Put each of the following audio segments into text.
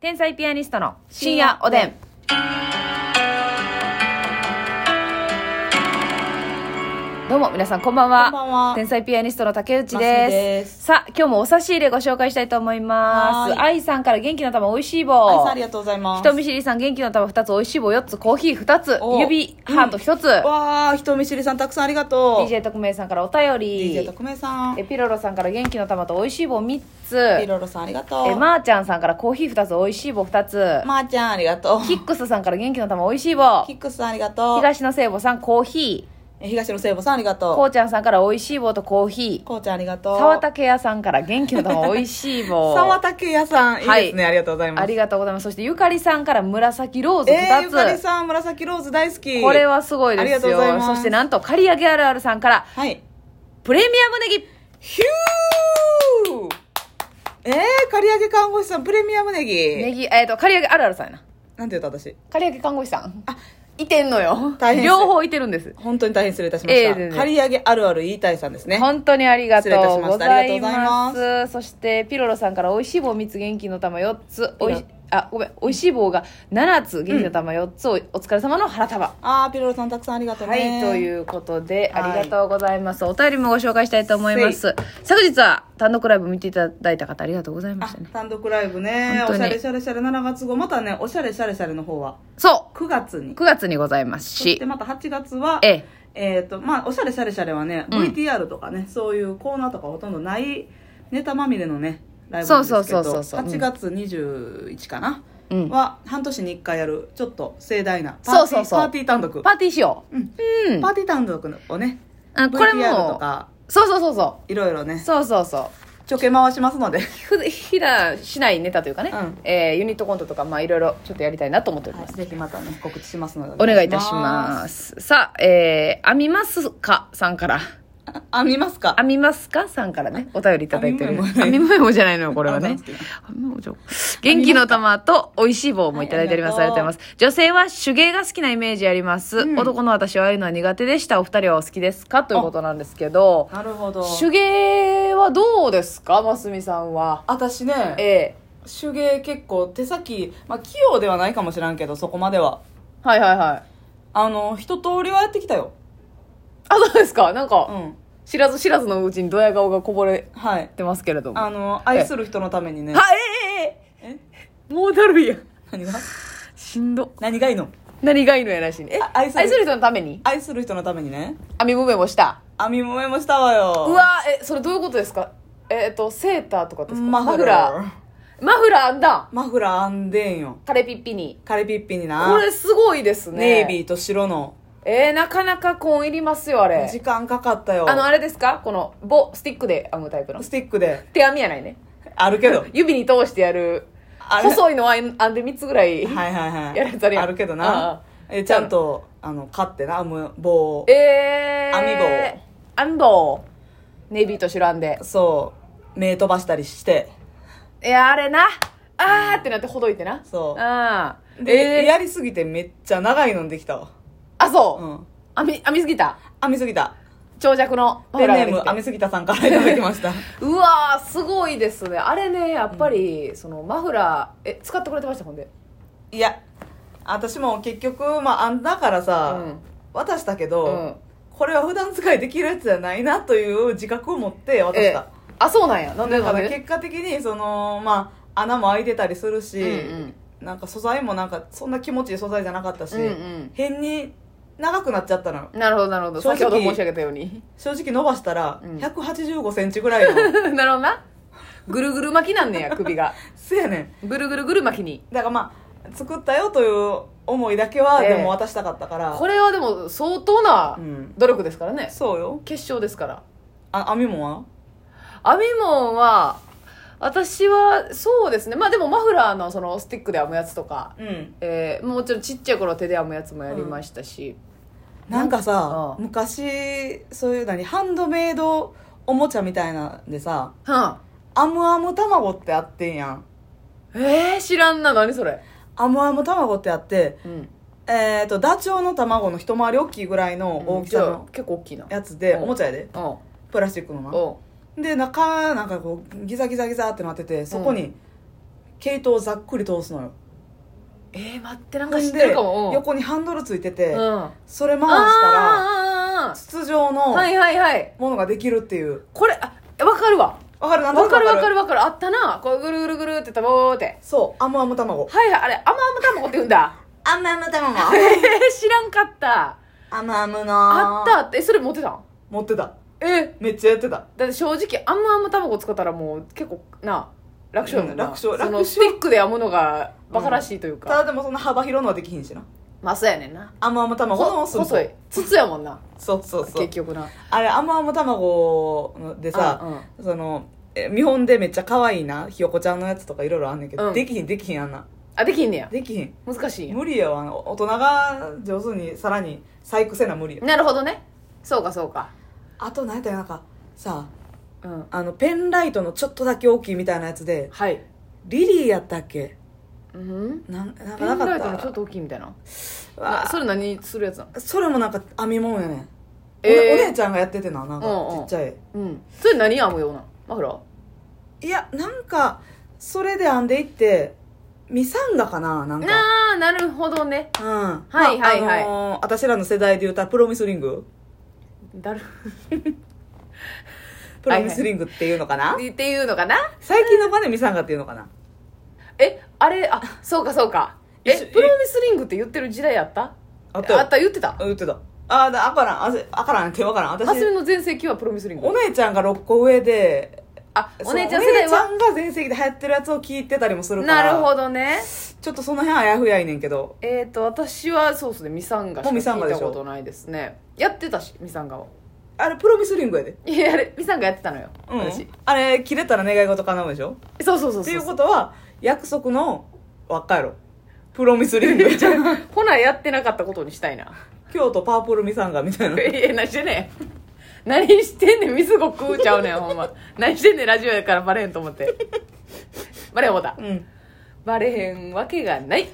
天才ピアニストの深夜おでん。どうも皆さんこんばんは。こんばんは天才ピアニストの竹内です。マスミですさあ、今日もお差し入れご紹介したいと思います。はーい愛さんから元気の玉美味しい棒。アイさんありがとうございます。人見知りさん元気の玉2つ、美味しい棒4つ、コーヒー2つ、お指ハート1つ。わあ、人見知りさんたくさんありがとう。 DJ 特命さんからお便 DJ り。特命さん。えピピロロさんから元気の玉と美味しい棒3つ。ロロさんありがとう。え、ままーちゃんさんからコーヒー2つ、美味しい棒2つ。ーちゃんありがとう。キックスさんから元気の玉美味しい棒キ。ックスさんありがとう。東野聖母さんコーヒえ東野聖母さんありがー。ことうちゃんさんから美味しい棒とコーヒー。う。こうちゃんありがとう。沢竹屋さんから元気の玉美味しい棒。 沢竹屋さん。いいですね、はありがとうございます。ありがとうございます。そしてゆかりさんから紫ローズえー、ゆか2りつ。さん、紫ローズ大好き。これ。はすごいありでがすとうございよ。ますそしてなんと、刈り上げあるあるさんから、はい。プレミアムネギヒューえー、刈り上げ看護師さん、プレミアムネギ。ネギ、えっ、と、刈り上げあるあるさんやな。なんて言った私。刈り上げ看護師さん。あ、いてんのよ。大変です両方いてるんです。本当に大変失礼いたしました。えー全然刈り上げあるある言いたいさんですね。本当にありがとうござ失礼いいたしまましす。たそして、ピロロさんから、美味しい棒3つ、元気の玉4つ、おいピし、あ、ごめん、美味しい棒が7つ、元気の玉4つ、おお疲れ様の花束。あー、ピロロさんたくさんありがとうね。はい、ということで、はいありがとうございます。お便りもご紹介したいと思います。昨日は単独ライブ見ていただいた方ありがとうございまあしたね。単独ライブね本当におしゃれしゃれしゃれ7月後またねおしゃれしゃれしゃれの方はそ9月う、に9月にございますそし、してまた8月はええ、えっ、とまあおしゃれしゃれしゃれはね、VTR とかねそういうコーナーとかほとんどないネタまみれのねライブなんですけどそうそうそうそうそう8月21かな、うんは半年に1回やるちょっと盛大なパーティーそうそうそうパーティー単独パーティーしよう。うんうんパ。ーティー単独をねあのこれ VTR とも、かそうそうそうそいろいろねう。そうそうそう。ちょけ回しますのでふひだしないネタというかね、うんえーユニットコントとかまあいろいろちょっとやりたいなと思っております、ぜひまたね告知しますのでお願いいたしますさあえー「編みますか」さんからすあ見ますか「編みますか」さんからねお便りいただいてる編編みみもよもじゃないのよこれはあねそうなんです編みもよじゃ元気の玉と美味しい棒もいただいております、はあいりがとうございます女性は手芸が好きなイメージあります、うん男の私はああいうのは苦手でしたお二人はお好きですかということなんですけどなるほど手芸はどうですかますみさんは私ねええ手芸結構手先、まあ、器用ではないかもしらんけどそこまでははいはいはいあの一通りはやってきたよあ、そうですか。なんうか、ん知らず知らずのうちにドヤ顔がこぼれはいてますけれども。あはの愛する人のためにねい、ええええもうだるいやん。何がしんど。何がいいの何がいいのやなしに。えあ愛する人のために愛する人のためにね編み物もした。編み物もしたわようわえ、それどういうことですかえっと、セーターとかですかマフラーー。マフラーあんだ。マフラー編んでんよカレピッピに。カレピッピになこれすごいですネね。イビーと白のえー、なかなかコンいりますよ、あ時れ。間かかったよあの、あれですかこの、棒、スティックで編むタイプのス。ティックで手編みやないね。あるけど指に通してやる。あれ細いのは編んで3つぐらい。はいはいはいやるやつあるやんけどああなえちゃんとあの買ってな編む棒をえー、棒網網棒ネイビーと白あんでそう目飛ばしたりしていやあれなあーってなってほどいてなそうあーで、えー、やりすぎてめっちゃ長いのできたわあそうう、ん編み編みすぎた編みすぎた長尺のマフペンネームラ編ーがでみすぎたさんからいただきました きてうわーすごいですねあれねやっぱり、そのマフラーえ使ってくれてましたほんでいや私も結局まああんだからさ、うん渡したけうど、んこれは普段使いできるやつじゃないなという自覚を持って渡しえた、あそうなんやなんでだなかんらで結果的にそのまあ穴も開いてたりするし、うんうんなんか素材もなんかそんな気持ちいい素材じゃなかったし、うんうん変に長くなっちゃったのよなるほどなるほど正直先ほど申し上げたように 正直伸ばしたらうん1 8 5センチぐらいの、 なるほどなぐるぐる巻きなんねや首がせやねんぐるぐるぐる巻きにだからまあ作ったよという思いだけはええでも渡したかったから、これはでも相当なうん努力ですからね、そうよ決勝ですからあ編み物は編み物は私はそうですねまあでもマフラーのそのスティックで編むやつとか、うんえーもちろんちっちゃい頃手で編むやつもやりましたし、なんかさうん昔そういう何ハンドメイドおもちゃみたいなんでさはアムアム卵ってあってんやんん、えー、知らんな何それ、アムアム卵ってあってうん、えっ、とダチョウの卵の一回り大きいぐらいの大きさじゃあの結構大きいなやつで、うんおもちゃやでうんうんプラスチックのなで中なんかこうギザギザギザってなっててそこに毛糸をざっくり通すのよえー、待ってなんほかん知ってでるかも横にハンドルついてて、うん、あそれー回したらあーあー筒状あーのはいはいはいものができるっていうこれあわかるわわかるなわかるわかるわかるあったなこうぐるぐるぐるってたぼーってそうアムアム卵はいはいあれ甘々卵って言うんだアムアム卵 知らんかったアムアムのあったあったえそれ持ってたん持ってたえめっちゃやってだたって正直あんまあんま卵使ったらもう結構な楽勝やもんな、うん楽勝そ楽の勝スティックでやむのがバカらしいというたか、だでもそんな幅広いのはできひんしなまあそうやねんなアムアム卵のほ細い筒やもんなそうそうそう結局なあれアムアム卵でさ、うんうんそのえ見本でめっちゃ可愛いなひよこちゃんのやつとかいろいろあんねんけど、うんできひんできひんあんなあできんねやできひん難しいんや無理よあの大人が上手にさらに細工せな無理よなるほどねそうかそうかあと何やったらなんかさうんあのペンライトのちょっとだけ大きいみたいなやつではいリリーやったっけうんなんなんペかなンかラっイトたのちょっと大きいみたいなわなそれ何するやつなのあそれもなんか編み物やねん、えーおお姉ちゃんがやっててななんかうんうんちっちゃい、うんそれ何編むようなマフラーいやなんかそれで編んでいってミサンガかななんかなあなるほどねうんはいはいはいあのー私らの世代で言うたらプロミスリングだるプロミスリングっていうのかな、っていうのかな最近のバネミサンガっていうのかなえあれあそうかそうか一緒ええプロミスリングって言ってる時代やったあったよあった言ってた言ってたあーだあからんあせあからん手わからん蓮私見の全盛期はプロミスリンおグ姉ちゃんが6個上であお姉ちゃんそ世代のはお姉ちゃんが全盛期で流行ってるやつを聞いてたりもするからなるほどねちょっとその辺あやふやいねんけどえっ、ー、と私はそうですねミサンガしかもうミサンガ聞いでたしょことないですねやってたしミサンガをあれプロミスリングやでいやあれミサンガやってたのよ、うん私あれ切れたら願い事叶うでしょそうそうそうってそいううことは約束の輪っかやろプロミスリ ングほなやってなかったことにしたいな京都パープルミサンガみたいないや何してんねん何してんねん水ご食うちゃうねんほんま何してんねんラジオやからバレへんと思ってバレへん思ったうんバレへんわけがない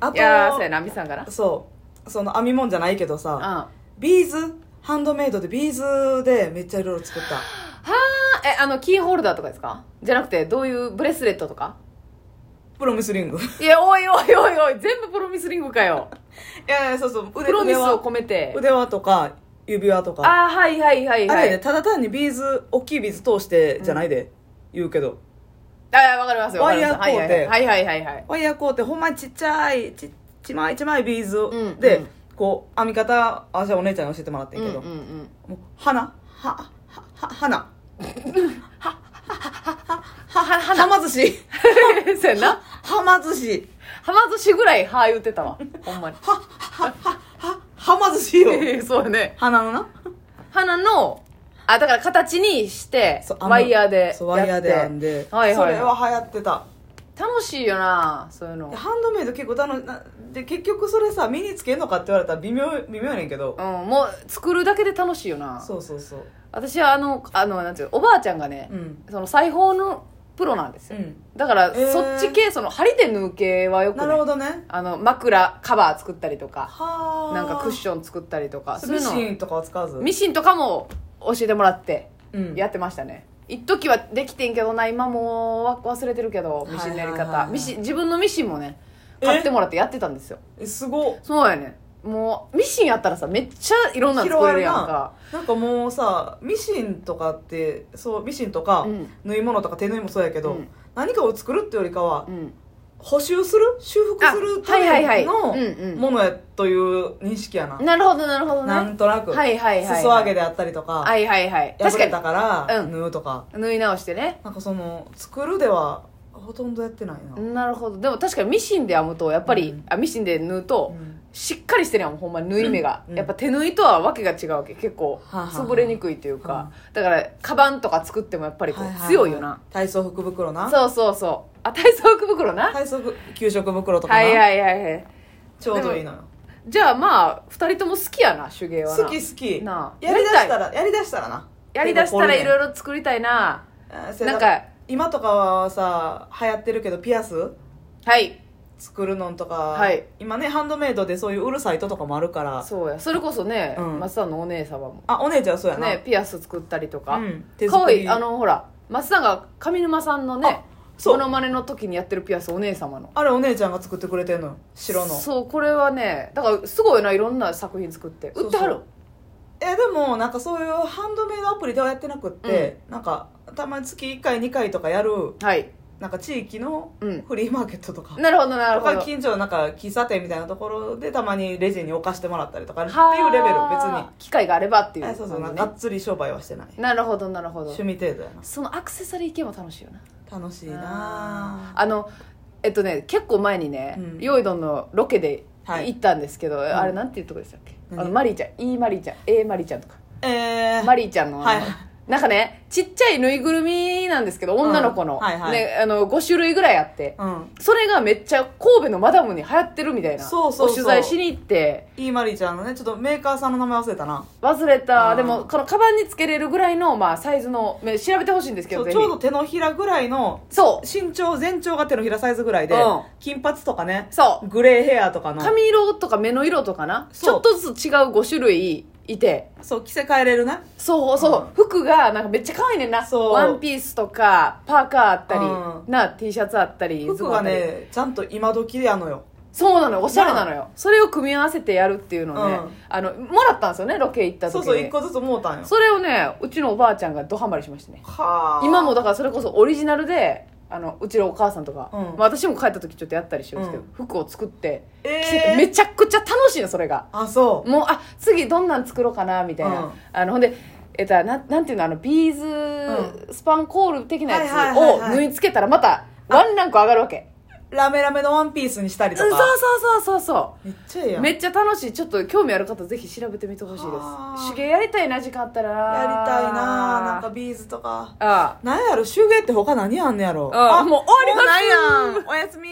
あといやーそうやなミサンガなそうその編み物じゃないけどさあビーズハンドメイドでビーズでめっちゃいろいろ作ったはあえあのキーホルダーとかですかじゃなくてどういうブレスレットとかプロミスリングいいやおいおいおいおい全部プロミスリングかよやいやそうそうプロミスを輪込めて腕輪とか指輪とかああはいはいはいあはれねいただ単にビーズ大きいビーズ通してじゃないで、言うけどああわかりますよわかりますワイヤーコーテはいはいはいはいはいワイヤーコーってほんまにちっちゃいちちまいちまいビーズをうんで、うんこう編み方私はお姉ちゃんに教えてもらってんうんけうんど、うんもう花ははは花ははははま寿司 そうやなはま寿司はま寿司ぐらいはあ言ってたわほんまにはま 寿司よそうやね花のな花のあだから形にしてそうあのワイヤーでそうワイヤーでや編っんてで、はいはいそれは流行ってた楽しいよなそういうのでハンドメイド結構楽しなで結局それさ身につけんのかって言われたら微妙微妙やねんけどうんもう作るだけで楽しいよなそうそうそう私はあのあのなんていうのおばあちゃんがね、うんその裁縫のプロなんですうよ、んだから、えーそっち系その針で縫う系はよく、ね、なるほどねあの枕カバー作ったりとかはあなんかクッション作ったりとかそういミうのシンとかは使わずミシンとかも教えてもらってうんやってましたね、一時はできてんけどな今もうわ忘れてるけどミシンのやりはいはいはい方はいミシン自分のミシンもねえ買ってもらってやってたんですよえすごっそうやねもうミシンやったらさめっちゃいろんなの作れるやんかなんかもうさミシンとかってそうミシンとか、うん縫い物とか手縫いもそうやけど、うん何かを作るってよりかは、うん補修する修復するたあはいはいはめいのうんうんものやという認識やな、なるほどなるほどねなんとなく、はいはいはい裾上げであったりとか、はいはいはい確破れかたからうん縫うとか、に縫い直してねなんかその作るではほとんどやってないな、なるほどでも確かにミシンで編むとやっぱり、うんあミシンで縫ううと、んしっかりしてるやんほんま縫い目が、うんやっぱ手縫いとはわけが違うわけ結構はあはあ潰れにくいというか、はあだからカバンとか作ってもやっぱりこはははう強いよな、体操服袋なそうそうそうあ体操服袋な体操服給食袋とかな、はいはいはいはいちょうどいいのよじゃあまあ2人とも好きやな手芸はな好き好きなあやりだしたらやりだしたらなやりだしたらいろいろろ作りたいなななんんかか今とかはさ流行ってるけどピアスはい作るのんとか、はい今ねハンドメイドでそういう売るサイトとかもあるからそうやそれこそね、うん松さんのお姉様もあお姉ちゃんそうやな、ねピアス作ったりとか、うん手か作わりいいあのほら松さんが上沼さんのねそうモノマネの時にやってるピアスお姉様のあれお姉ちゃんが作ってくれてんのよ白のそうこれはねだからすごいないろんな作品作って売ってはるそうえでもなんかそういうハンドメイドアプリではやってなくって、なんかたまに月1回2回とかやるはいなんか地域のうんフリーマーケットとか、なるほどなるとほかど近所のなんか喫茶店みたいなところでたまにレジに置かしてもらったりとかっていうレベル別にはあ機会があればっていうあそうそう、感じねがっつり商売はしてないなるほどなるほど趣味程度やそのアクセサリー系も楽しいよなな楽しいあなーあのえっとね結構前にねうんヨイドンのロケではい行ったんですけど、あれなんていうとこでしたっけあのマリーちゃん E マリーちゃん A マリーちゃんとかええーマリーちゃんの、はいなんかねちっちゃいぬいぐるみなんですけど女の子の,、うんはいはいね、あの5種類ぐらいあって、うんそれがめっちゃ神戸のマダムに流行ってるみたいなそうそうそおう取材しに行っていいマリーちゃんのねちょっとメーカーさんの名前忘れたな忘れあたーでもこのカバンにつけれるぐらいの、まあ、サイズのめ調べてほしいんですけそどうぜちひょうど手のひらぐらいのそう身長全長が手のひらサイズぐらいで、うん金髪とかねそうグレーヘアとかの髪色とか目の色とかなちそうょっとずつ違う5種類いてそう着せ替えれるねそうそう、服がなんかめっちゃ可愛いねんなそうワンピースとかパーカーあったり、うな T シャツあったりズ服ボンあがったりねちゃんと今時やのよそうなのよおしゃれなのよそれを組み合わせてやるっていうのをね、うんあのもらったんですよねロケ行った時そうにそう一個ずつもうたんよそれをねうちのおばあちゃんがドハマりしましたねはあ今もだからそれこそオリジナルであのうちのお母さんとか、うんまあ、私も帰った時ちょっとやったりしてるんですけど、うん服を作って着せてえめえちゃくちゃ楽しいのそれがあそうもうあ次どんなん作ろうかなみたいな、うんあのほんでえっとななんていうのあのビーズスパンコール的なはいやはいつはいをはい縫い付けたらまたワンランク上がるわけラメラメのワンピースにしたうりんとそうかそうそうそうそめっちゃええうやんめっちゃ楽しいちょっと興味ある方ぜひ調べてみてほしいはであす手芸やりたいな時間あったらやりたいななんかあビーズとかあなんやろ手芸って他何あんねやろあもう終わりますもうないやんおやすみ